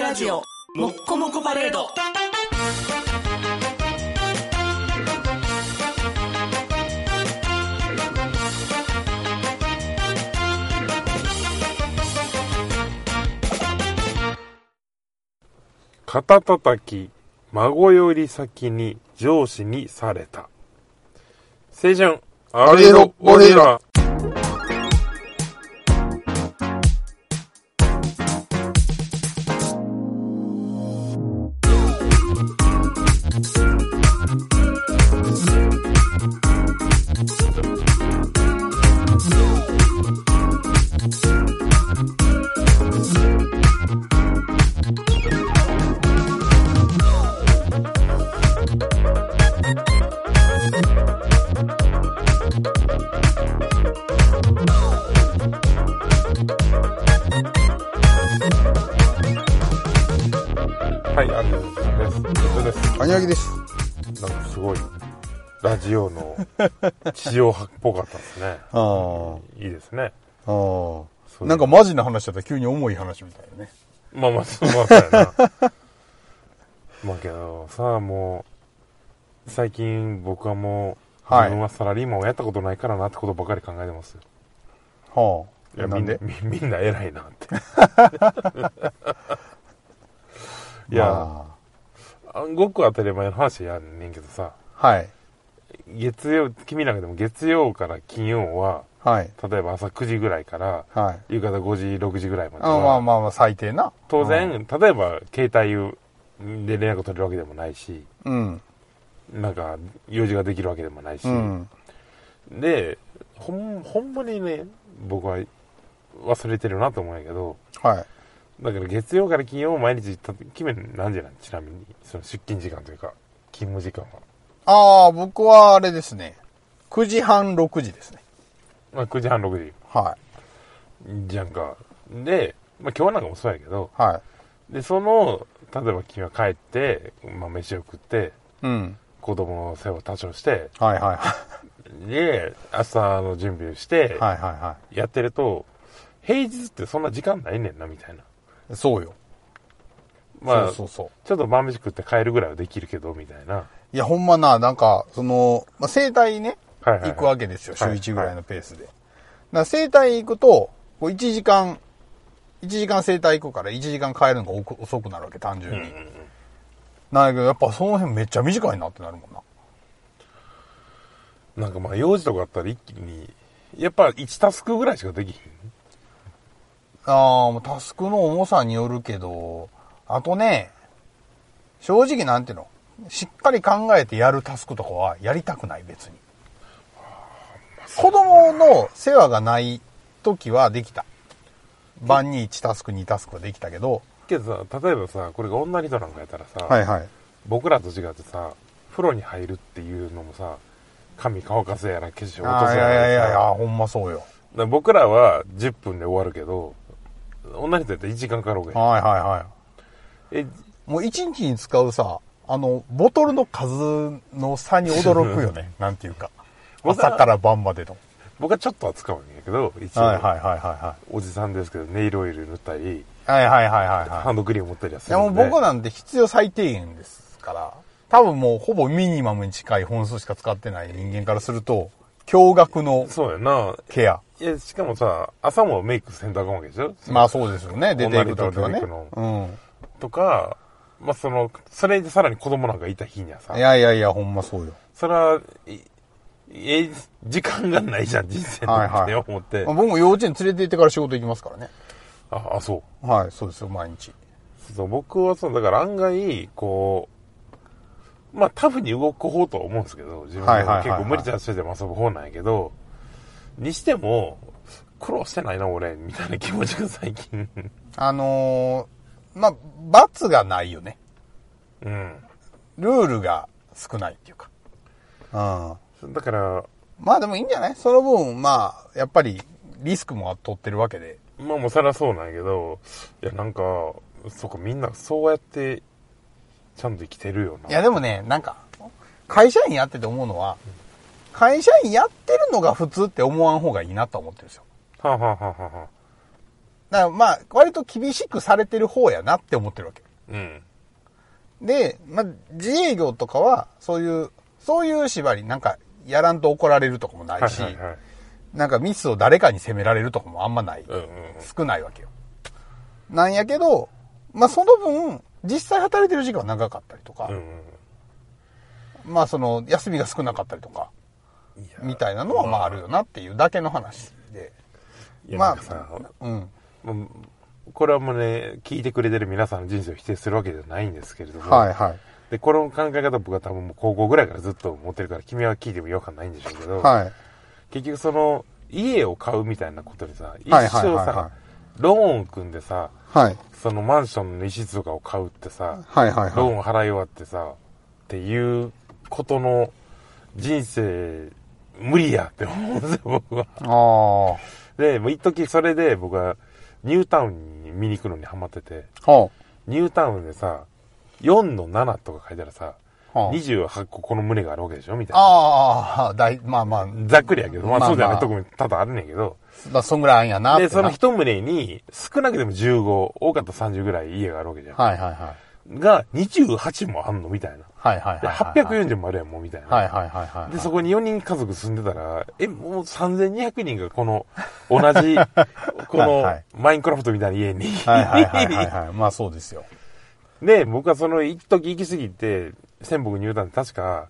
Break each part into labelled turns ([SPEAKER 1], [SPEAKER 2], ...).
[SPEAKER 1] ラジオもっこもこパレード
[SPEAKER 2] 肩たたき、孫より先に上司にされた。青春、あれろ、俺ら。はい、あれです。本当です。
[SPEAKER 3] アニヤギです。
[SPEAKER 2] なんかすごい、ラジオの地上波っぽかったですね。
[SPEAKER 3] あ
[SPEAKER 2] いいですね。
[SPEAKER 3] あ。あ
[SPEAKER 2] そ
[SPEAKER 3] あ。
[SPEAKER 2] う
[SPEAKER 3] なんかマジな話だったら急に重い話みたいなね。
[SPEAKER 2] まあまあ、そうまあそうやな。まあけど、さあもう、最近僕はもう、
[SPEAKER 3] はい
[SPEAKER 2] 自分はサラリーマンをやったことないからなってことばかり考えてますよ。
[SPEAKER 3] はいあ。
[SPEAKER 2] や
[SPEAKER 3] なんで
[SPEAKER 2] みみ みんな偉いなって。 いや、
[SPEAKER 3] ま
[SPEAKER 2] あ、ごく当たり前の話やんねんけどさ、
[SPEAKER 3] あはい。
[SPEAKER 2] 月曜、君なんかでも月曜から金曜は、
[SPEAKER 3] はい。
[SPEAKER 2] 例えば朝9時ぐらいから、
[SPEAKER 3] はい。
[SPEAKER 2] 夕方5時、6時ぐらいまで
[SPEAKER 3] あまあ
[SPEAKER 2] は、
[SPEAKER 3] まあまあ、最低な。
[SPEAKER 2] 当然、例えば携帯で連絡取れるわけでもないし、
[SPEAKER 3] うん。
[SPEAKER 2] なんか用事ができるわけでもないし、
[SPEAKER 3] うん。
[SPEAKER 2] でほんほんまにね僕は忘れてるなと思うんやけど
[SPEAKER 3] はい。
[SPEAKER 2] だから月曜から金曜毎日た決めなんじゃないちなみにその出勤時間というか勤務時間は、
[SPEAKER 3] ああ、僕はあれですね。9時半、6時ですね。
[SPEAKER 2] まあ、9時半6
[SPEAKER 3] は
[SPEAKER 2] 時じゃんかで、まあ、今日なんかもそうやけど
[SPEAKER 3] い。はい。
[SPEAKER 2] でその例えば君は帰って、まあ、飯を食って
[SPEAKER 3] うん。
[SPEAKER 2] 子供の世話を多少して
[SPEAKER 3] はいはいはい。
[SPEAKER 2] で朝の準備をして
[SPEAKER 3] はいはいは。
[SPEAKER 2] やってると、平日ってそんな時間ないねんなみたいない
[SPEAKER 3] そうよ。
[SPEAKER 2] まあ
[SPEAKER 3] そうそうそう。
[SPEAKER 2] ちょっと晩飯食って帰るぐらいはできるけど、みたいな。
[SPEAKER 3] いや、ほんまな、なんか、その、まあ、生体ね、
[SPEAKER 2] はいはいはい
[SPEAKER 3] 行くわけですよ。週
[SPEAKER 2] はい
[SPEAKER 3] 1ぐらいのペースで。だから生体行くと、こう1時間、1時間生体行くから1時間帰るのが遅遅くなるわけ、単純に。なんだけど、やっぱその辺めっちゃ短いなってなるもんな。
[SPEAKER 2] なんかまあ、用事とかあったら一気に、やっぱ1タスクぐらいしかできひん。
[SPEAKER 3] ああ、もうタスクの重さによるけど、あとね、正直なんていうの、しっかり考えてやるタスクとかはやりたくない、別に。子供の世話がない時はできた。晩に1タスク、2タスクはできたけど。
[SPEAKER 2] けどさ、例えばさ、これが女の人なんかやったらさ、
[SPEAKER 3] いはい。
[SPEAKER 2] 僕らと違ってさ、風呂に入るっていうのもさ、髪乾かせやら、化粧落
[SPEAKER 3] あ
[SPEAKER 2] と
[SPEAKER 3] ー
[SPEAKER 2] せ
[SPEAKER 3] い
[SPEAKER 2] や
[SPEAKER 3] やい
[SPEAKER 2] ら
[SPEAKER 3] やいやいや、
[SPEAKER 2] さ、
[SPEAKER 3] ほんまそうよ。
[SPEAKER 2] だから僕らは10分で終わるけど、女の人やったら1時間かかろうが
[SPEAKER 3] はいはいは
[SPEAKER 2] え、
[SPEAKER 3] い。もう1日に使うさ、あの、ボトルの数の差に驚くよ ね。なんていうか。
[SPEAKER 2] 僕は
[SPEAKER 3] 朝から晩までの。
[SPEAKER 2] 僕はちょっとは使うんやけど、一応、
[SPEAKER 3] はいはいはいはいはい。
[SPEAKER 2] おじさんですけど、ネイルオイル塗ったり、
[SPEAKER 3] はいはいはいはい、はい。
[SPEAKER 2] ハンドクリーム持ったりはす
[SPEAKER 3] いや
[SPEAKER 2] る
[SPEAKER 3] もうん
[SPEAKER 2] で。
[SPEAKER 3] 僕なんて必要最低限ですから、多分もうほぼミニマムに近い本数しか使ってない人間からすると、驚愕の
[SPEAKER 2] そうやな。
[SPEAKER 3] ケア。
[SPEAKER 2] いや、しかもさ、朝もメイクせんとあかんわけでしょ
[SPEAKER 3] まあそうですよね、出ていくときはね
[SPEAKER 2] 女の。人
[SPEAKER 3] う
[SPEAKER 2] とか、まあその、それでさらに子供なんかいた日にはさ
[SPEAKER 3] ん。い、やいやいや、ほんまそうよ。
[SPEAKER 2] それは、いえ、時間がないじゃん、人生
[SPEAKER 3] はい
[SPEAKER 2] の
[SPEAKER 3] はい
[SPEAKER 2] って思って
[SPEAKER 3] まあ、。僕も幼稚園連れて行ってから仕事行きますからね。
[SPEAKER 2] あ、あ、そう。
[SPEAKER 3] はい、そうですよ、毎日。
[SPEAKER 2] そうそう僕はそう、だから案外、こう、まあタフに動く方とは思うんですけど、自分
[SPEAKER 3] はいはい
[SPEAKER 2] は
[SPEAKER 3] はい
[SPEAKER 2] 結
[SPEAKER 3] はい
[SPEAKER 2] 構無理ちゃんしてでも遊ぶ方なんやけど、にしても、苦労してないな、俺、みたいな気持ちが最近。
[SPEAKER 3] あのー、まあ、罰がないよね。
[SPEAKER 2] うん。
[SPEAKER 3] ルールが少ないっていうか。うん。
[SPEAKER 2] だから、
[SPEAKER 3] まあでもいいんじゃないその分、まあ、やっぱりリスクも取ってるわけで。
[SPEAKER 2] まあもうそりゃそうなんやけど、いやなんか、そっかみんなそうやって、ちゃんと生きてるよな。
[SPEAKER 3] いやでもね、なんか、会社員やってて思うのは、会社員やってるのが普通って思わん方がいいなと思ってるんですよ。
[SPEAKER 2] はあ、はあはあはあは
[SPEAKER 3] だからまあ、割と厳しくされてる方やなって思ってるわけ。
[SPEAKER 2] うん。
[SPEAKER 3] で、まあ、自営業とかは、そういう、そういう縛り、なんか、やらんと怒られるとかもな
[SPEAKER 2] はい
[SPEAKER 3] いし、
[SPEAKER 2] はいはい。
[SPEAKER 3] なんかミスを誰かに責められるとかもあんまない。
[SPEAKER 2] うんうんうん。
[SPEAKER 3] 少ないわけよ。なんやけど、まあ、その分、実際働いてる時間は長かったりとか、
[SPEAKER 2] うんうん
[SPEAKER 3] まあ、その、休みが少なかったりとか、
[SPEAKER 2] うん。いや
[SPEAKER 3] みたいなのは、まあ、あるよなっていうだけの話で。
[SPEAKER 2] いや
[SPEAKER 3] ま
[SPEAKER 2] な
[SPEAKER 3] あ
[SPEAKER 2] んかさ、
[SPEAKER 3] うん。
[SPEAKER 2] もうこれはもうね、聞いてくれてる皆さんの人生を否定するわけじゃないんですけれども、
[SPEAKER 3] はいはい。
[SPEAKER 2] で、この考え方僕は多分もう高校ぐらいからずっと持ってるから、君は聞いても違和感ないんでしょうけど、
[SPEAKER 3] はい。
[SPEAKER 2] 結局その、家を買うみたいなことでさ、一
[SPEAKER 3] はいはい
[SPEAKER 2] 生
[SPEAKER 3] はいはい
[SPEAKER 2] さ、ローン組んでさ、
[SPEAKER 3] はい。
[SPEAKER 2] そのマンションの一室とかを買うってさ、
[SPEAKER 3] は いはい
[SPEAKER 2] ロー
[SPEAKER 3] はい。
[SPEAKER 2] ン払い終わってさ、っていうことの人生、無理やって思うんですよ、僕 は。
[SPEAKER 3] ああ。
[SPEAKER 2] で、もう一時それで僕はニュータウンに見に行くのにハマってて、
[SPEAKER 3] ほ
[SPEAKER 2] ニュータウンでさ、4の7とか書いたらさ、
[SPEAKER 3] う。ほう。
[SPEAKER 2] 28個この胸があるわけでしょみたいな。
[SPEAKER 3] ああ、だい、まあまあ、
[SPEAKER 2] ざっくりやけど、ま
[SPEAKER 3] ま
[SPEAKER 2] あ
[SPEAKER 3] あ
[SPEAKER 2] そうじゃない
[SPEAKER 3] まあ
[SPEAKER 2] とこも多々あるんやけど、
[SPEAKER 3] まあ、そんぐらいあんやなって
[SPEAKER 2] で、
[SPEAKER 3] な。
[SPEAKER 2] その一胸に少なくても15、多かったら30ぐらい家があるわけじゃん。
[SPEAKER 3] はいはいはい。
[SPEAKER 2] が、28もあんのみたいな。
[SPEAKER 3] はいはいはい
[SPEAKER 2] で、
[SPEAKER 3] はい。
[SPEAKER 2] 840もあるやん、もうみたいな。
[SPEAKER 3] はいはいはいはい。
[SPEAKER 2] で、そこに4人家族住んでたら、え、もう3200人がこの、同 じ、こ
[SPEAKER 3] はい
[SPEAKER 2] の
[SPEAKER 3] はい、
[SPEAKER 2] マインクラフトみたいな家に。
[SPEAKER 3] はいはいはいはいはい。まあそうです よ。
[SPEAKER 2] で、僕はその、一時行き過ぎて、仙北に言うたんで、確か、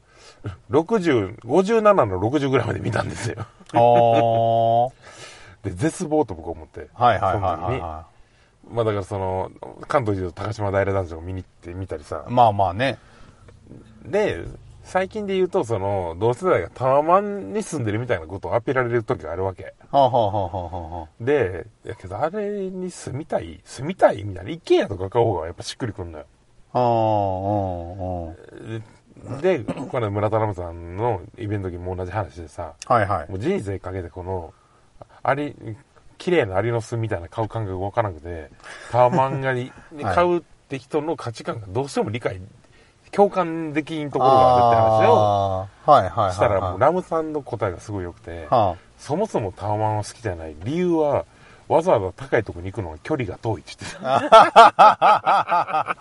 [SPEAKER 2] 60、57の60ぐらいまで見たんですよ。
[SPEAKER 3] ああ。は
[SPEAKER 2] で、絶望と僕は思って。
[SPEAKER 3] いはいはいはい
[SPEAKER 2] その
[SPEAKER 3] は
[SPEAKER 2] 時にまあだからその、関東一の高島平男女を見に行ってみたりさ
[SPEAKER 3] い。。まあまあね。
[SPEAKER 2] で、最近で言うと、その、同世代がタワマンに住んでるみたいなことをアピられる時があるわけ。
[SPEAKER 3] はあ、はあはあはあは
[SPEAKER 2] で、いやけどあれに住みたい住みたいみたいな。一軒家とか買う方がやっぱしっくりくんのよ。
[SPEAKER 3] あ、ああ、うんうん。
[SPEAKER 2] で、でこの間村田ラムさんのイベントの時も同じ話でさ、
[SPEAKER 3] はいはい
[SPEAKER 2] も。う人生かけてこの、アリ、綺麗なアリの巣みたいな買う感覚がわからなくて、タワマンが り
[SPEAKER 3] はい
[SPEAKER 2] 買うって人の価値観がどうしても理解、共感できんところがあるって話を
[SPEAKER 3] あーはいはいはいはい。
[SPEAKER 2] したら、もうラムさんの答えがすごい良くて、
[SPEAKER 3] は
[SPEAKER 2] そもそもタワマンは好きじゃない。理由は、わざわざ高いとこに行くのは距離が遠いって言ってた。
[SPEAKER 3] あ、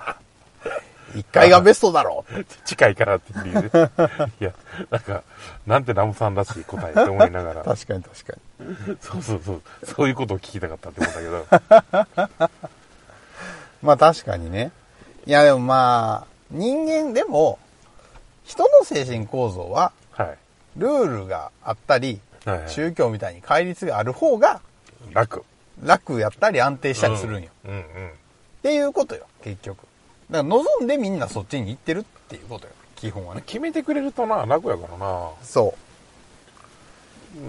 [SPEAKER 3] 一回がベストだろう。
[SPEAKER 2] 近いからって理由で。 いや、なんか、なんてラムさんらしい答えって思いな がら。
[SPEAKER 3] 確かに確かに。
[SPEAKER 2] そうそうそう。そういうことを聞きたかったって思ったけ ど。
[SPEAKER 3] まあ確かにね。いやでもまあ、人間でも、人の精神構造は、
[SPEAKER 2] はい。
[SPEAKER 3] ルールがあったり、
[SPEAKER 2] はいはい
[SPEAKER 3] 宗教みたいに戒律がある方が
[SPEAKER 2] 楽。
[SPEAKER 3] 楽やったり安定したりするんよ。っ
[SPEAKER 2] うんうん。
[SPEAKER 3] ていうことよ、結局。だから望んでみんなそっちに行ってるっていうことよ、基本はね。
[SPEAKER 2] 決めてくれるとな、楽やからな。
[SPEAKER 3] そ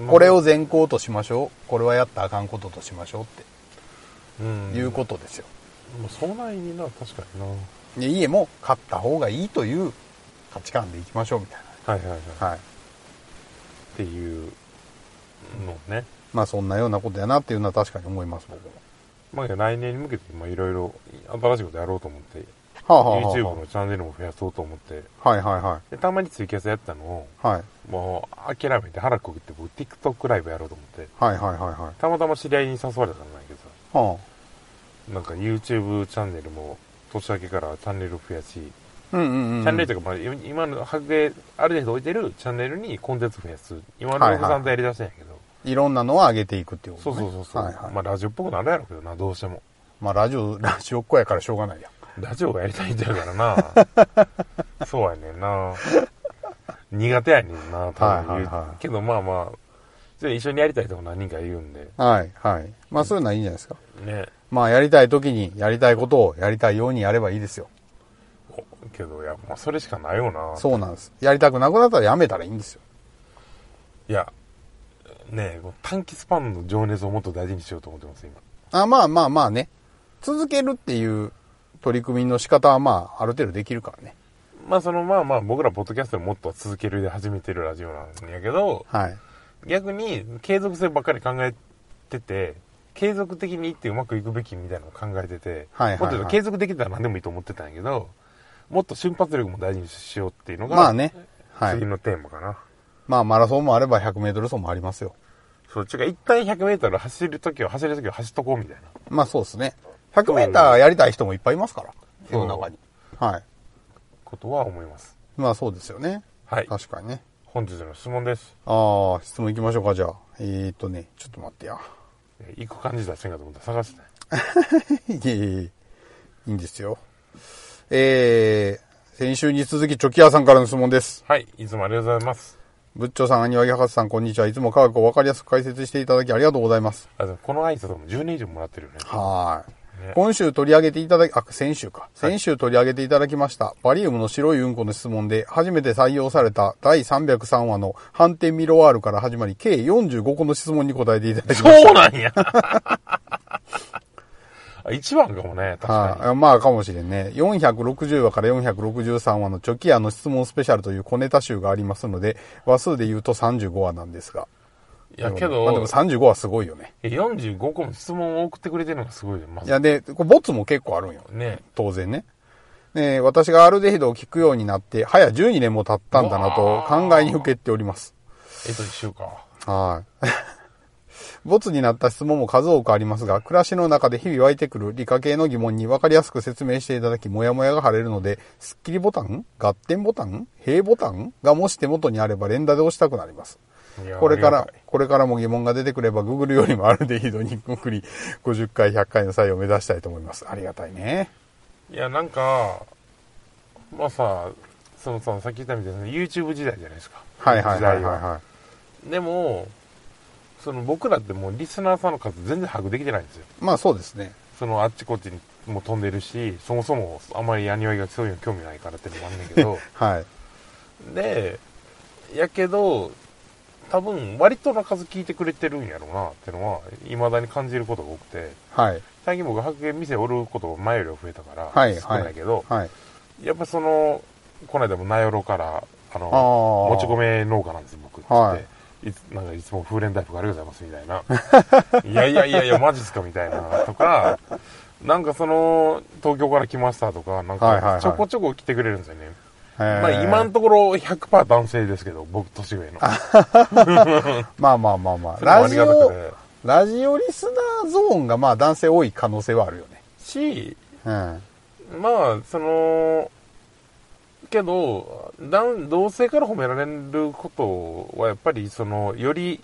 [SPEAKER 3] う。これを善行としましょう。これはやったらあかんこととしましょうっていうことですよ。
[SPEAKER 2] と。もうそうないにな、確かにな。
[SPEAKER 3] で家も買った方がいいという価値観でいきましょうみた
[SPEAKER 2] は
[SPEAKER 3] い
[SPEAKER 2] いはいはい。っ
[SPEAKER 3] な。はい。
[SPEAKER 2] ていうのね。
[SPEAKER 3] まあそんなようなことやなっていうのは確かに思います、僕も。
[SPEAKER 2] まあ来年に向けてまあいろいろ新しいことやろうと思って、
[SPEAKER 3] はあ、はあはあ
[SPEAKER 2] YouTube のチャンネルも増やそうと思って、
[SPEAKER 3] はいはいは
[SPEAKER 2] でたまにツイキャスやってたのを、
[SPEAKER 3] い。はい。
[SPEAKER 2] もう諦めて腹くくって僕 TikTok ライブやろうと思って、
[SPEAKER 3] はいはいはいはい。
[SPEAKER 2] たまたま知り合いに誘われたんだけどさ、
[SPEAKER 3] は
[SPEAKER 2] なんか YouTube チャンネルも年明けからチャンネル増やし、
[SPEAKER 3] あ。うんうんうん。
[SPEAKER 2] チャンネルというか、まあ、今の白芸ある程度置いてるチャンネルにコンテンツ増やす。今の
[SPEAKER 3] は
[SPEAKER 2] お
[SPEAKER 3] いはい
[SPEAKER 2] 子さんとやりだしたんやけど、
[SPEAKER 3] いろんなのを上げていくっていうこ
[SPEAKER 2] そう
[SPEAKER 3] と、ね。
[SPEAKER 2] そうそうそう、
[SPEAKER 3] はいはい。
[SPEAKER 2] ま
[SPEAKER 3] ま
[SPEAKER 2] あラジオっぽくなるやろうけどな、どうしても。
[SPEAKER 3] あ、ラジオ、ラジオっ子やからしょうがないや。
[SPEAKER 2] ラジオがやりたいんだから な。そうやねんな。苦手やねんな、多分、
[SPEAKER 3] はいはいはい
[SPEAKER 2] けどまあまあ、それ一緒にやりたいとこ何人かいるんで、
[SPEAKER 3] はい、はい。まあ、そういうのはいいんじゃないですか。
[SPEAKER 2] ね。
[SPEAKER 3] まあ、やりたい時に、やりたいことをやりたいようにやればいいですよ。
[SPEAKER 2] おけど、いや、まあそれしかないよな。
[SPEAKER 3] そうなんです。やりたくなくなったらやめたらいいんですよ。
[SPEAKER 2] いや、ねえ、短期スパンの情熱をもっと大事にしようと思ってます、今。
[SPEAKER 3] あまあまあまあね。続けるっていう取り組みの仕方はまあ、ある程度できるからね。
[SPEAKER 2] まあそのまあまあ僕らポッドキャストももっと続けるで始めてるラジオなんやけど、
[SPEAKER 3] はい。
[SPEAKER 2] 逆に継続性ばっかり考えてて、継続的にいってうまくいくべきみたいなのを考えてて、
[SPEAKER 3] はいはいはい
[SPEAKER 2] もっと言うと継続できたら何でもいいと思ってたんやけど、もっと瞬発力も大事にしようっていうのが、
[SPEAKER 3] まあね。は
[SPEAKER 2] 次
[SPEAKER 3] い。
[SPEAKER 2] のテーマかな。
[SPEAKER 3] まあ、マラソンもあれば100メートル走もありますよ。
[SPEAKER 2] そっちが一旦 100m 走るときは走るときは走っとこうみたいな。
[SPEAKER 3] まあそうですね。100メーターやりたい人もいっぱいいますから、世の中に。はい。
[SPEAKER 2] ことは思います。
[SPEAKER 3] まあそうですよね。
[SPEAKER 2] はい。
[SPEAKER 3] 確かにね。
[SPEAKER 2] 本日の質問です。
[SPEAKER 3] ああ、質問行きましょうか、じゃあ。えーっとね、ちょっと待ってや。
[SPEAKER 2] えー一個感じ出してんかと思ったら探してない。
[SPEAKER 3] いえいえいいんですよ。えー、先週に続き、チョキヤーさんからの質問です。
[SPEAKER 2] はい。いつもありがとうございます。
[SPEAKER 3] ブッチョさん、アニワギ博士さん、こんにちは。いつも科学をわかりやすく解説していただきありがとうございます。
[SPEAKER 2] あでもこの挨拶も10年以上もらってるよね。
[SPEAKER 3] はーい。
[SPEAKER 2] ね
[SPEAKER 3] 今週取り上げていただき、あ、先週か。先週取り上げていただきました、バリウムの白いうんこの質問で、初めて採用された第303話の反転ミロワールから始まり、計45個の質問に答えていただきました。
[SPEAKER 2] そうなん やあ一番かもね、確かに。
[SPEAKER 3] はい。まあかもしれんね。460話から463話のチョキアの質問スペシャルという小ネタ集がありますので、話数で言うと35話なんですが。
[SPEAKER 2] いやけ
[SPEAKER 3] まあでも
[SPEAKER 2] ど、
[SPEAKER 3] 35話すごいよね。
[SPEAKER 2] え45個も質問を送ってくれてるのがすごいよ、ま
[SPEAKER 3] い
[SPEAKER 2] ず。
[SPEAKER 3] やで、これボツも結構あるんよ。
[SPEAKER 2] ね
[SPEAKER 3] 当然ね。えー私がアルデヒドを聞くようになって、早12年も経ったんだなと考えに受けております。
[SPEAKER 2] えっと、一週か。
[SPEAKER 3] はい。ボツになった質問も数多くありますが、暮らしの中で日々湧いてくる理科系の疑問に分かりやすく説明していただき、モヤモヤが晴れるので、スッキリボタン合点ボタン平ボタンがもし手元にあれば連打で押したくなります。
[SPEAKER 2] いや
[SPEAKER 3] これか
[SPEAKER 2] あ
[SPEAKER 3] ら
[SPEAKER 2] りがたい、
[SPEAKER 3] これからも疑問が出てくれば、グーグルよりもあるデヒドに送り、50回、100回の際を目指したいと思います。ありがたいね。
[SPEAKER 2] いや、なんか、まあさ、そのさ、さっき言ったみたいな YouTube 時代じゃないですか。
[SPEAKER 3] はいはいはいはい、
[SPEAKER 2] 時代
[SPEAKER 3] はい。
[SPEAKER 2] でも、その僕らってもうリスナーさんの数全然把握できてないんですよ。
[SPEAKER 3] まあそうですね。
[SPEAKER 2] そのあっちこっちにも飛んでるし、そもそもあまりやにわいがそういうの興味ないからっていうのもあんねんけど、
[SPEAKER 3] はい。
[SPEAKER 2] で、やけど、多分割との数聞いてくれてるんやろうなってのは、未だに感じることが多くて、
[SPEAKER 3] はい。
[SPEAKER 2] 最近僕、白芸店おることが前よりは増えたから、
[SPEAKER 3] はい
[SPEAKER 2] 少ないけど、
[SPEAKER 3] はい。
[SPEAKER 2] やっぱその、この間も名寄から、あの、
[SPEAKER 3] あー
[SPEAKER 2] もち米農家なんです、僕。。
[SPEAKER 3] はい
[SPEAKER 2] いつ、なんかいつも風蓮大福ありがとうございます、みたいな。いや いやいやいや、マジっすか、みたいな。とか、なんかその、東京から来ましたとか、なん
[SPEAKER 3] はいはいは
[SPEAKER 2] か
[SPEAKER 3] い
[SPEAKER 2] ちょこちょこ来てくれるんですよね。
[SPEAKER 3] ま
[SPEAKER 2] まあ今のところ100%男性ですけど、僕年上の。
[SPEAKER 3] まあまあまあまあ。
[SPEAKER 2] それもあ
[SPEAKER 3] ラ
[SPEAKER 2] り
[SPEAKER 3] ジ
[SPEAKER 2] がたく
[SPEAKER 3] オ
[SPEAKER 2] て、
[SPEAKER 3] ラジオリスナーゾーンがまあ男性多い可能性はあるよね。
[SPEAKER 2] し、
[SPEAKER 3] うん。
[SPEAKER 2] まあ、その、けど、男同性から褒められることは、やっぱり、その、より、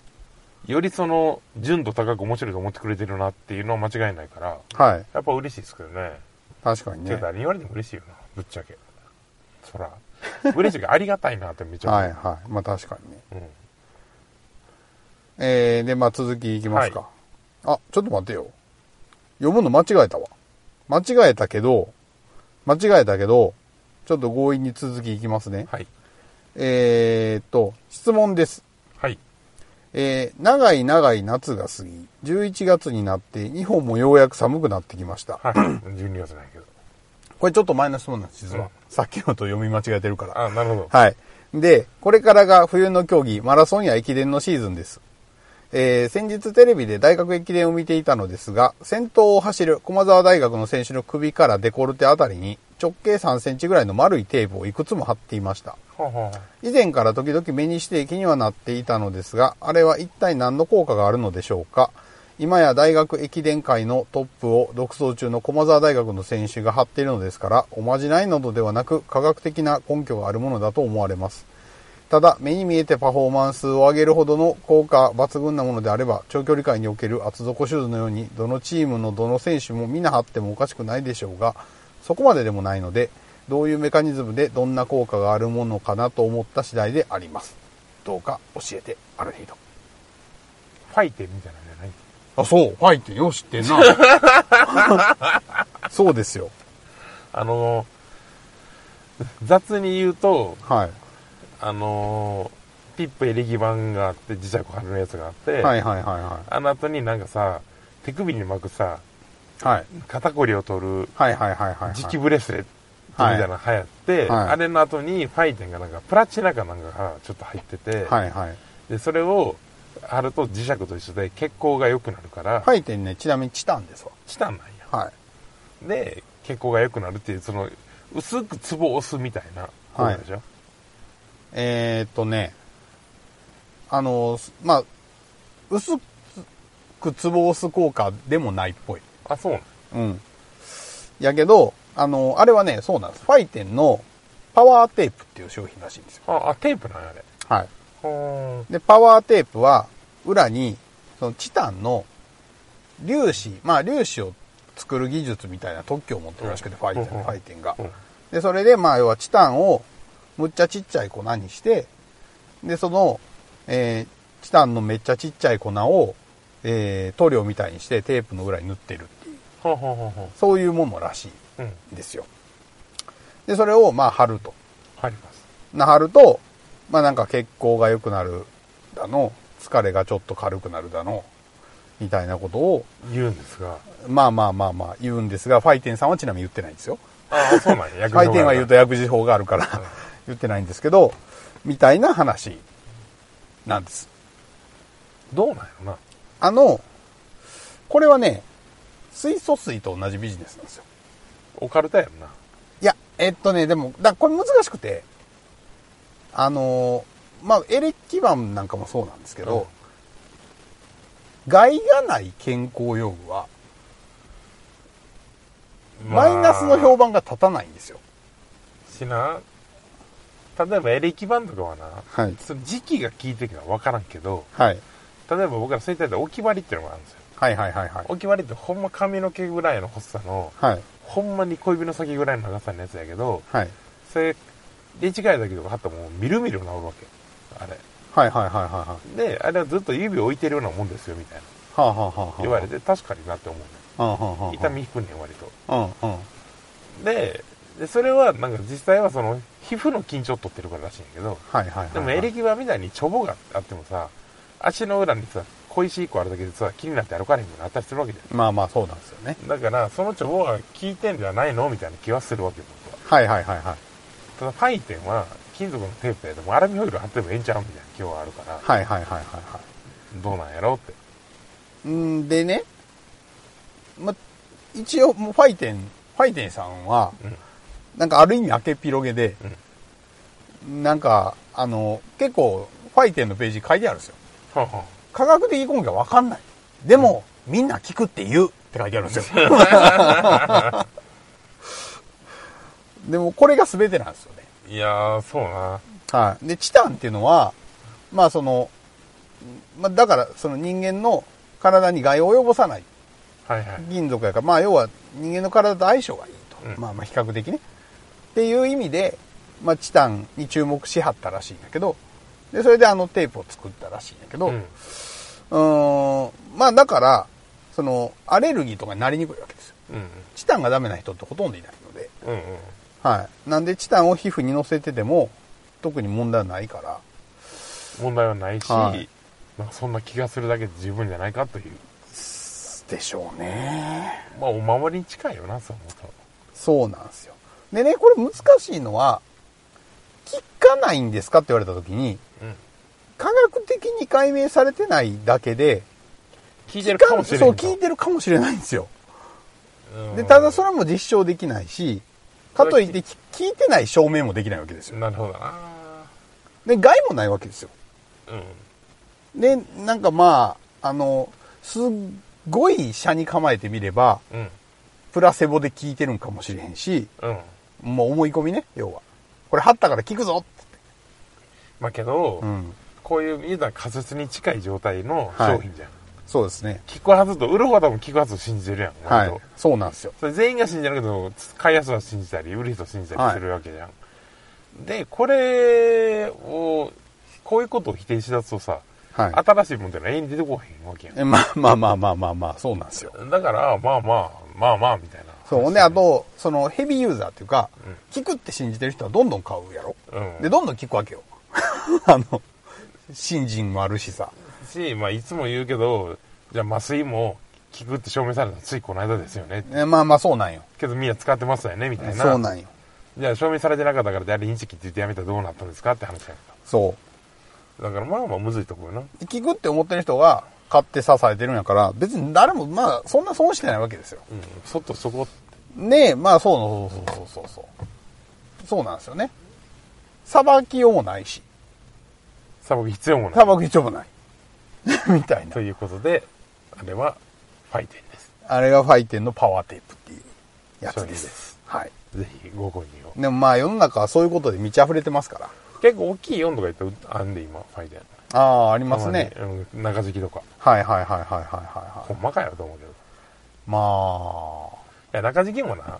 [SPEAKER 2] よりその、純度高く面白いと思ってくれてるなっていうのは間違いないから、
[SPEAKER 3] はい。
[SPEAKER 2] やっぱ嬉しいですけどね。
[SPEAKER 3] 確かに
[SPEAKER 2] て
[SPEAKER 3] ね。
[SPEAKER 2] か
[SPEAKER 3] は
[SPEAKER 2] 誰
[SPEAKER 3] い
[SPEAKER 2] に言われても嬉しいよな、ぶっちゃけ。そら。嬉しいけど、ありがたいなってめっちゃ思う。
[SPEAKER 3] はい。まあ確かにね。
[SPEAKER 2] うん
[SPEAKER 3] えー、で、まあ続きいきますか。
[SPEAKER 2] は
[SPEAKER 3] あ、ちょっと待ってよ。読むの間違えたわ。間違えたけど、間違えたけど、ちょっと強引に続きいきますね。
[SPEAKER 2] はい。
[SPEAKER 3] えーっと、質問です。
[SPEAKER 2] はい。
[SPEAKER 3] えー長い長い夏が過ぎ、11月になって日本もようやく寒くなってきました。
[SPEAKER 2] はい。12月ないけど。
[SPEAKER 3] これちょっと前の質問なんです、実は。
[SPEAKER 2] うん
[SPEAKER 3] さっきのと読み間違えてるから。
[SPEAKER 2] あ、なるほど。
[SPEAKER 3] はい。で、これからが冬の競技、マラソンや駅伝のシーズンです。えー先日テレビで大学駅伝を見ていたのですが、先頭を走る駒沢大学の選手の首からデコルテあたりに直径3センチぐらいの丸いテープをいくつも貼っていました。
[SPEAKER 2] はあはあ
[SPEAKER 3] 以前から時々目にして気にはなっていたのですが、あれは一体何の効果があるのでしょうか今や大学駅伝界のトップを独走中の駒沢大学の選手が張っているのですから、おまじないなどではなく科学的な根拠があるものだと思われます。ただ、目に見えてパフォーマンスを上げるほどの効果抜群なものであれば、長距離界における厚底シューズのように、どのチームのどの選手も皆張ってもおかしくないでしょうが、そこまででもないので、どういうメカニズムでどんな効果があるものかなと思った次第であります。どうか教えて、アルヒド。
[SPEAKER 2] ファイテみたいなんじゃない
[SPEAKER 3] あ、そう、ファイってよ、知ってんな。 そうですよ。
[SPEAKER 2] あの、雑に言うと、
[SPEAKER 3] はい。
[SPEAKER 2] あのーピップエレキ板があって、磁石貼るやつがあって、
[SPEAKER 3] はいはいはいは
[SPEAKER 2] あの後になんかさ、手首に巻くさ、
[SPEAKER 3] い。はい。
[SPEAKER 2] 肩こりを取る
[SPEAKER 3] はいはいはいはい。
[SPEAKER 2] 磁気ブレスレットみたいなの流行って、
[SPEAKER 3] はい
[SPEAKER 2] あれの後にファイテンがなんかプラチナかなんかがちょっと入ってて、
[SPEAKER 3] はいはい。
[SPEAKER 2] で、それを貼ると磁石と一緒で血行が良くなるから、
[SPEAKER 3] ファイってね、ちなみにチタンですわ。
[SPEAKER 2] チタンなんや。
[SPEAKER 3] はい。
[SPEAKER 2] で、血行が良くなるっていう、その、薄くツボを押すみたいな、
[SPEAKER 3] はい
[SPEAKER 2] そうでしょ
[SPEAKER 3] えーっとね、あの、すまあ、薄くツボを押す効果でもないっぽい。
[SPEAKER 2] あ、そうなの
[SPEAKER 3] うん。やけど、あの、あれはね、そうなんです。ファイテンのパワーテープっていう商品らしいんですよ。
[SPEAKER 2] あ、あ、テープなんや、あれ。
[SPEAKER 3] はい。
[SPEAKER 2] は
[SPEAKER 3] で、パワーテープは、裏に、そのチタンの粒子、まあ粒子を作る技術みたいな特許を持ってるらしくて、
[SPEAKER 2] うん
[SPEAKER 3] ファイテン、
[SPEAKER 2] うん
[SPEAKER 3] ファイテンが
[SPEAKER 2] ー。うん。
[SPEAKER 3] で、それで、まあ要はチタンをむっちゃちっちゃい粉にして、で、その、えーチタンのめっちゃちっちゃい粉を、えー塗料みたいにしてテープの裏に塗ってるっていう、
[SPEAKER 2] はあ、はあはあは
[SPEAKER 3] そういうものらし
[SPEAKER 2] あ、うん。
[SPEAKER 3] いんですよ。で、それをまあ貼ると。
[SPEAKER 2] 入ります。
[SPEAKER 3] な貼ると、まあなんか血行が良くなるだの、疲れがちょっと軽くなるだの、みたいなことを、
[SPEAKER 2] 言うんですが。
[SPEAKER 3] まあまあまあまあ言うんですが、ファイテンさんはちなみに言ってないんですよ。
[SPEAKER 2] ああ、そうなんや。
[SPEAKER 3] ファイテンは言うと
[SPEAKER 2] や。
[SPEAKER 3] 薬事法があるから言ってないんですけど、みたいな話なんです。
[SPEAKER 2] どうなんやろな。
[SPEAKER 3] あの、これはね、水素水と同じビジネスなんですよ。
[SPEAKER 2] オカルトやろな。
[SPEAKER 3] いや、えっとね、でも、だこれ難しくて、あのーまあ、エレキバンなんかもそうなんですけど、害がない健康用具は、
[SPEAKER 2] まあ
[SPEAKER 3] マイナスの評判が立たないんですよ。
[SPEAKER 2] しな。例えばエレキバンとかはな、
[SPEAKER 3] はい
[SPEAKER 2] その時期が効いてるかわからんけど、
[SPEAKER 3] はい。
[SPEAKER 2] 例えば僕ら生体で置き割りっていうのがあるんですよ。
[SPEAKER 3] はいはいはいはい。
[SPEAKER 2] 置き割りってほんま髪の毛ぐらいの細さの、
[SPEAKER 3] はい。
[SPEAKER 2] ほんまに小指の先ぐらいの長さのやつやけど、
[SPEAKER 3] はい。
[SPEAKER 2] それ、レチガイだけとか貼ったらもうみるみる治るわけ。あれ。
[SPEAKER 3] はいはいはいはいは
[SPEAKER 2] で、あれはずっと指を置いてるようなもんですよ、みたいな。
[SPEAKER 3] い。はあ、はあはあはあ、
[SPEAKER 2] 言われて、確かになって思うね。
[SPEAKER 3] はあはあはあはあ
[SPEAKER 2] 痛み引くねん、割と。
[SPEAKER 3] うんうん。
[SPEAKER 2] で、でそれはなんか実際はその、皮膚の緊張を取ってるかららしいんやけど、
[SPEAKER 3] はいはいはいはい。
[SPEAKER 2] でもエレキバみたいにチョボがあってもさ、足の裏にさ、小石一個あるだけでさ、気になって歩かれへんようになったりするわけじゃ
[SPEAKER 3] まあまあそうなんですよね。
[SPEAKER 2] ん。だから、そのチョボが効いてんじゃないのみたいな気はするわけ、僕は。
[SPEAKER 3] はいはいはいはい。
[SPEAKER 2] ただ、ファイテンは、金属のテープやでもアルミホイル貼ってもええんちゃうみたいな気はあるから、
[SPEAKER 3] はいはいはいはいはい。
[SPEAKER 2] どうなんやろ って。
[SPEAKER 3] うんでね、ま、一応もうファイテン、ファイテンさんは、
[SPEAKER 2] うん
[SPEAKER 3] なんかある意味明けっ広げで、なんか、あの、結構、ファイテンのページ書いてあるんですよ。
[SPEAKER 2] はあはあ
[SPEAKER 3] 科学的根拠はわかんない。でも、みんな聞くって言うって書いてあるんですよ。でも、これが全てなんですよね。
[SPEAKER 2] いやー、そうな。
[SPEAKER 3] はい。で、チタンっていうのは、まあその、まあだから、その人間の体に害を及ぼさない
[SPEAKER 2] はいはい。
[SPEAKER 3] 銀属やから、まあ要は人間の体と相性がいいと。
[SPEAKER 2] うん
[SPEAKER 3] まあまあ比較的ね。っていう意味で、まあチタンに注目しはったらしいんだけど、で、それであのテープを作ったらしいんだけど、う
[SPEAKER 2] うん
[SPEAKER 3] ーん、まあだから、その、アレルギーとかになりにくいわけですよ。
[SPEAKER 2] うん
[SPEAKER 3] チタンがダメな人ってほとんどいないので、
[SPEAKER 2] うんうん
[SPEAKER 3] はい。なんでチタンを皮膚に乗せてても、特に問題はないから、
[SPEAKER 2] 問題はないし、
[SPEAKER 3] はい
[SPEAKER 2] なんかそんな気がするだけで十分じゃないかという
[SPEAKER 3] でしょうね。
[SPEAKER 2] まあお守りに近いよなそう思うと
[SPEAKER 3] そうなんですよ。でね、これ難しいのは、効かないんですかって言われた時に、
[SPEAKER 2] うん
[SPEAKER 3] 科学的に解明されてないだけで、
[SPEAKER 2] 聞いてるかもしれない
[SPEAKER 3] そう、聞いてるかもしれないんですよ。
[SPEAKER 2] うん
[SPEAKER 3] で、ただそれも実証できないし、かといってき聞いてない証明もできないわけですよ。
[SPEAKER 2] なるほどな
[SPEAKER 3] で、害もないわけですよ。
[SPEAKER 2] うん
[SPEAKER 3] で、なんかまあ、あの、すっごい車に構えてみれば、
[SPEAKER 2] うん
[SPEAKER 3] プラセボで効いてるんかもしれへんし、
[SPEAKER 2] うん
[SPEAKER 3] もう思い込みね、要は。これ貼ったから効くぞって
[SPEAKER 2] まあけど、
[SPEAKER 3] うん。
[SPEAKER 2] こういう言うたら仮説に近い状態の商品じゃん、
[SPEAKER 3] そうですね。
[SPEAKER 2] 聞くはずと売る方も聞くはずを信じてるやん
[SPEAKER 3] は
[SPEAKER 2] 割と
[SPEAKER 3] い。そうなんですよ。
[SPEAKER 2] それ全員が信じるけど買いやすは信じたり売る人は信じたりするわけじゃん、でこれをこういうことを否定しだすとさ、
[SPEAKER 3] はい。
[SPEAKER 2] 新しいもんってのは永遠に出てこへんわけやん
[SPEAKER 3] えまあ まあまあまあまあまあ、そうなんですよ。
[SPEAKER 2] だから、まあまあ、まあまあ、みたいな。
[SPEAKER 3] そう。ほんで、あ、と、そのヘビーユーザーっていうか
[SPEAKER 2] うん、
[SPEAKER 3] 聞くって信じてる人はどんどん買うやろ。
[SPEAKER 2] うん。
[SPEAKER 3] で、
[SPEAKER 2] で、
[SPEAKER 3] どんどん聞くわけよ。 あの、新人もあるしさ。
[SPEAKER 2] し、まあ、いつも言うけど、じゃあ、麻酔も効くって証明されたのついこの間ですよね。
[SPEAKER 3] えまあまあ、そうなんよ。
[SPEAKER 2] けど、みんな使ってますよね、みたいな。
[SPEAKER 3] そうなんよ。
[SPEAKER 2] じゃあ、証明されてなかったから、じゃあ、インチキって言ってやめたらどうなったんですかって話やんか。
[SPEAKER 3] そ
[SPEAKER 2] だから、まあまあ、むずいとこよな。
[SPEAKER 3] う。で聞くって思ってる人が買って支えてるんやから、別に誰も、まあ、そんな損してないわけですよ。
[SPEAKER 2] うん。そっとそこ、
[SPEAKER 3] ねえ、まあ、そうそうそうそうそうそう。そうなんですよね。裁きようもないし。
[SPEAKER 2] さばく必要もない。
[SPEAKER 3] タバコ一丁もない。 みたいな
[SPEAKER 2] と。いうことで、あれは、ファイテンです。
[SPEAKER 3] あれがファイテンのパワーテープっていうやつ
[SPEAKER 2] そう
[SPEAKER 3] で。
[SPEAKER 2] ですす
[SPEAKER 3] はい。
[SPEAKER 2] ぜひご購入を。
[SPEAKER 3] でもまあ世の中はそういうことで満ち溢れてますから。
[SPEAKER 2] 結構大きい4とか言ったらあんで今、ファイテン。
[SPEAKER 3] ああ、ありますね。
[SPEAKER 2] たまに。うん、中敷きとか。
[SPEAKER 3] はいはいはいはいはいはい
[SPEAKER 2] ほ。んまかよと思うけど。い
[SPEAKER 3] まあ、
[SPEAKER 2] や、中敷きもな、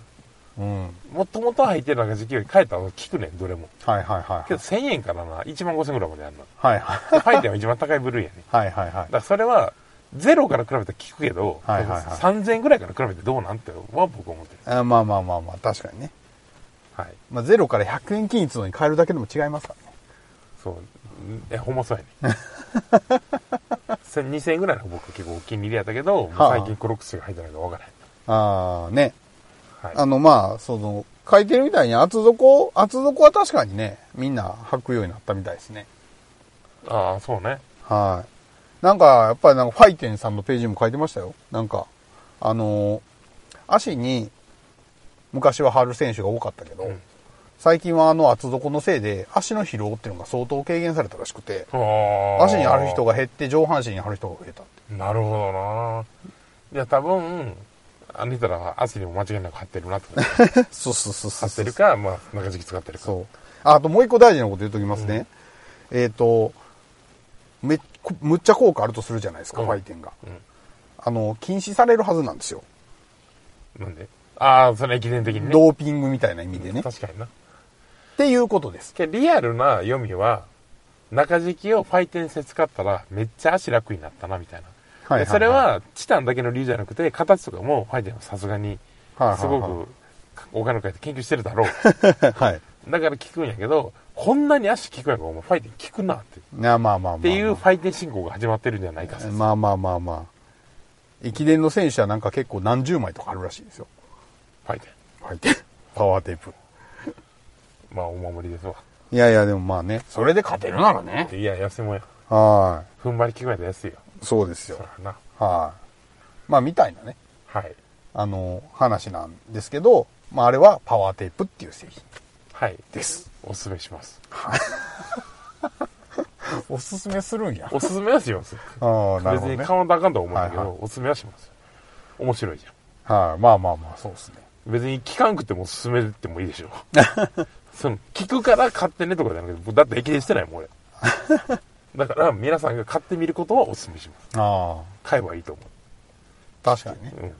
[SPEAKER 3] うん。
[SPEAKER 2] もともと入ってる中敷きより変えたの聞くねん、どれも。
[SPEAKER 3] はいはいはい
[SPEAKER 2] け
[SPEAKER 3] はい
[SPEAKER 2] ど。1000円からな、1万5000円ぐらいまであるの。
[SPEAKER 3] はいはい。
[SPEAKER 2] でファイテンは一番高い部類やね。
[SPEAKER 3] はいはいは
[SPEAKER 2] だ
[SPEAKER 3] い。
[SPEAKER 2] からそれは、ゼロから比べたら聞くけど、
[SPEAKER 3] はいはいはい
[SPEAKER 2] 3000円ぐらいから比べてどうなんては僕は思ってる。
[SPEAKER 3] あまあまあまあまあ、確かにね。
[SPEAKER 2] はい。
[SPEAKER 3] まあゼロから100円均一のに変えるだけでも違いますからね。
[SPEAKER 2] そう。え、ほんまそうやね。せ2000円ぐらいの僕結構お気に入りやったけど、もう
[SPEAKER 3] はあ
[SPEAKER 2] 最近クロックスが入ってないから分からへん。
[SPEAKER 3] ああ、ね。
[SPEAKER 2] はい。
[SPEAKER 3] あのまあ、その、書いてるみたいに厚底、厚底は確かにね、みんな履くようになったみたいですね。
[SPEAKER 2] ああ、そうね。
[SPEAKER 3] はい。なんか、やっぱりなんか、ファイテンさんのページにも書いてましたよ。なんか、あのー足に、昔は貼る選手が多かったけど、
[SPEAKER 2] うん
[SPEAKER 3] 最近はあの厚底のせいで、足の疲労っていうのが相当軽減されたらしくて、
[SPEAKER 2] ああ。
[SPEAKER 3] 足に貼る人が減って、上半身に貼る人が増えたって。
[SPEAKER 2] なるほどな。いや、多分、あの人らは足にも間違いなく貼ってるなって。
[SPEAKER 3] そうそうそう
[SPEAKER 2] 貼
[SPEAKER 3] そう
[SPEAKER 2] ってるか、まあ、中敷き使ってるか。
[SPEAKER 3] そう。ああともう一個大事なこと言っときますね。えっ、と、め、こむっちゃ効果あるとするじゃないですか、
[SPEAKER 2] うん
[SPEAKER 3] ファイテンが。
[SPEAKER 2] う
[SPEAKER 3] あの、禁止されるはずなんですよ。
[SPEAKER 2] ん。なんでああ、それ駅伝的にね。
[SPEAKER 3] ドーピングみたいな意味でね。っ
[SPEAKER 2] 確かにな。
[SPEAKER 3] ていうことです。
[SPEAKER 2] けどリアルな読みは、中敷きをファイテンして使ったら、めっちゃ足楽になったな、みたいな。
[SPEAKER 3] はいはいはい
[SPEAKER 2] でそれは、チタンだけの理由じゃなくて、形とかもファイテンはさすがに、
[SPEAKER 3] はいはいはい
[SPEAKER 2] すごく、お金をかけて研究してるだろう。
[SPEAKER 3] はい。
[SPEAKER 2] だから聞くんやけど、こんなに足効くんやから、お前ファイテン効くなって。っ
[SPEAKER 3] なあまあまあまあまあ。って
[SPEAKER 2] いうファイテン進行が始まってるんじゃないか説
[SPEAKER 3] まあまあまあまあ。駅伝の選手はなんか結構何十枚とかあるらしいですよ。
[SPEAKER 2] ファイテ
[SPEAKER 3] ファイテン。パワーテープ。
[SPEAKER 2] ン。まあ、お守りですわ。
[SPEAKER 3] いやいや、でもまあね。それで勝てるならね。
[SPEAKER 2] いや、安いもんや。
[SPEAKER 3] は
[SPEAKER 2] 踏ん張り効くんやったら安いよ。
[SPEAKER 3] い。そうですよ
[SPEAKER 2] そう。やな。
[SPEAKER 3] はい。まあ、みたいなね。
[SPEAKER 2] はい。
[SPEAKER 3] あの、話なんですけど、まあ、あれはパワーテープっていう製品
[SPEAKER 2] はい。
[SPEAKER 3] です。
[SPEAKER 2] おすすめします。
[SPEAKER 3] おすすめするんや。
[SPEAKER 2] おすすめはしますよ。
[SPEAKER 3] あ あ、なる
[SPEAKER 2] 別
[SPEAKER 3] ほど、
[SPEAKER 2] に
[SPEAKER 3] ね。
[SPEAKER 2] 買
[SPEAKER 3] は
[SPEAKER 2] わ
[SPEAKER 3] い、
[SPEAKER 2] んとあかんとは思うんだけど、
[SPEAKER 3] はいは
[SPEAKER 2] おすすめはしますよ面白いじゃ
[SPEAKER 3] まあまあまあ、そうですね。
[SPEAKER 2] ん。別に聞かんくても勧めてもいいで しょ。その、聞くから買ってねとかじゃなくて、だって駅伝してないもん、俺。 だから、皆さんが買ってみることはお勧めします。
[SPEAKER 3] あ
[SPEAKER 2] 買えばいいと思
[SPEAKER 3] あ、確かにね。
[SPEAKER 2] う。うん。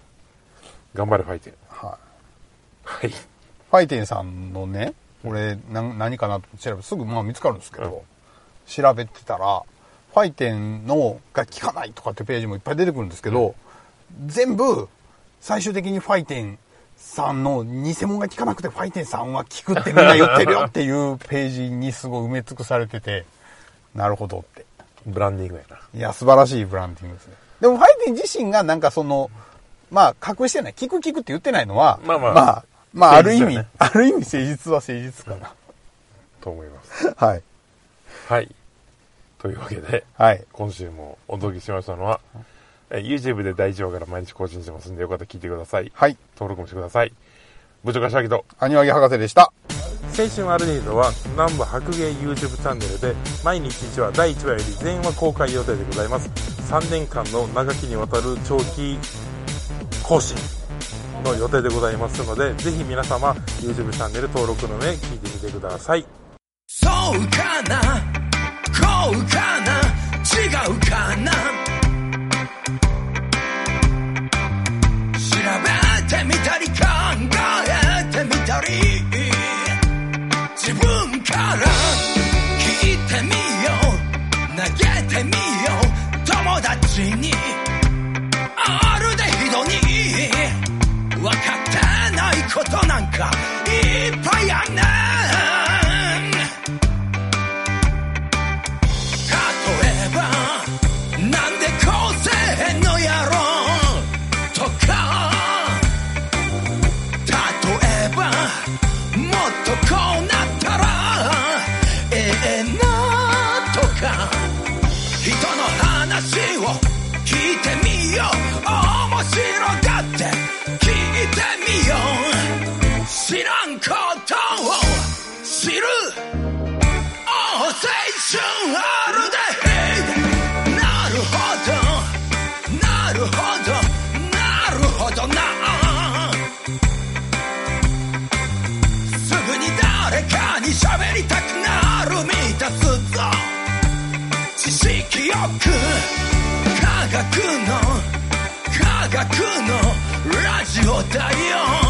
[SPEAKER 2] 頑張れ、ファイテン。
[SPEAKER 3] はい。
[SPEAKER 2] はい。
[SPEAKER 3] ファイテンさんのね、俺、なん何かなと思って調べてすぐまあ見つかるんですけど、
[SPEAKER 2] うん
[SPEAKER 3] 調べてたら、ファイテンのが効かないとかってページもいっぱい出てくるんですけど、全部、最終的にファイテンさんの偽物が効かなくて、ファイテンさんは効くってみんな言ってるよっていうページにすごい埋め尽くされてて、なるほどって。
[SPEAKER 2] ブランディングやな。
[SPEAKER 3] いや、素晴らしいブランディングですね。でも、ファイテン自身がなんかその、まあ、隠してない、聞く聞くって言ってないのは、
[SPEAKER 2] まあまあ
[SPEAKER 3] まあ、まあ、あ
[SPEAKER 2] 誠
[SPEAKER 3] る
[SPEAKER 2] 実
[SPEAKER 3] 意
[SPEAKER 2] よ
[SPEAKER 3] 味、
[SPEAKER 2] ね
[SPEAKER 3] ある意味誠実は誠実か
[SPEAKER 2] と思います。
[SPEAKER 3] な。はい。
[SPEAKER 2] はい。というわけで、
[SPEAKER 3] はい。
[SPEAKER 2] 今週もお届けしましたのは、え YouTube で大丈夫から毎日更新してますんで、よかったら聞いてください。
[SPEAKER 3] はい。
[SPEAKER 2] 登録もしてください。部長柏木と、
[SPEAKER 3] アニワギ博士でした。
[SPEAKER 2] 青春アルディードは南部白芸 YouTube チャンネルで毎日1話第1話より全話公開予定でございます3年間の長きにわたる長期更新の予定でございますのでぜひ皆様 YouTube チャンネル登録の上聞いてみてください
[SPEAKER 1] そうかなこうかな違うかな調べてみたり考えてみたり自分から聞いてみよう投げてみよう友達にあるでひどに分かってないことなんかいっぱいあんねん例えばなんでこうせへんのやろとか例えばもっとこうなったらええなとか人の話を聞いてみよう面白がって聞いてみよう知らんことを知る青春あるでいいなるほど学科学の科学のラジオだよ Oh,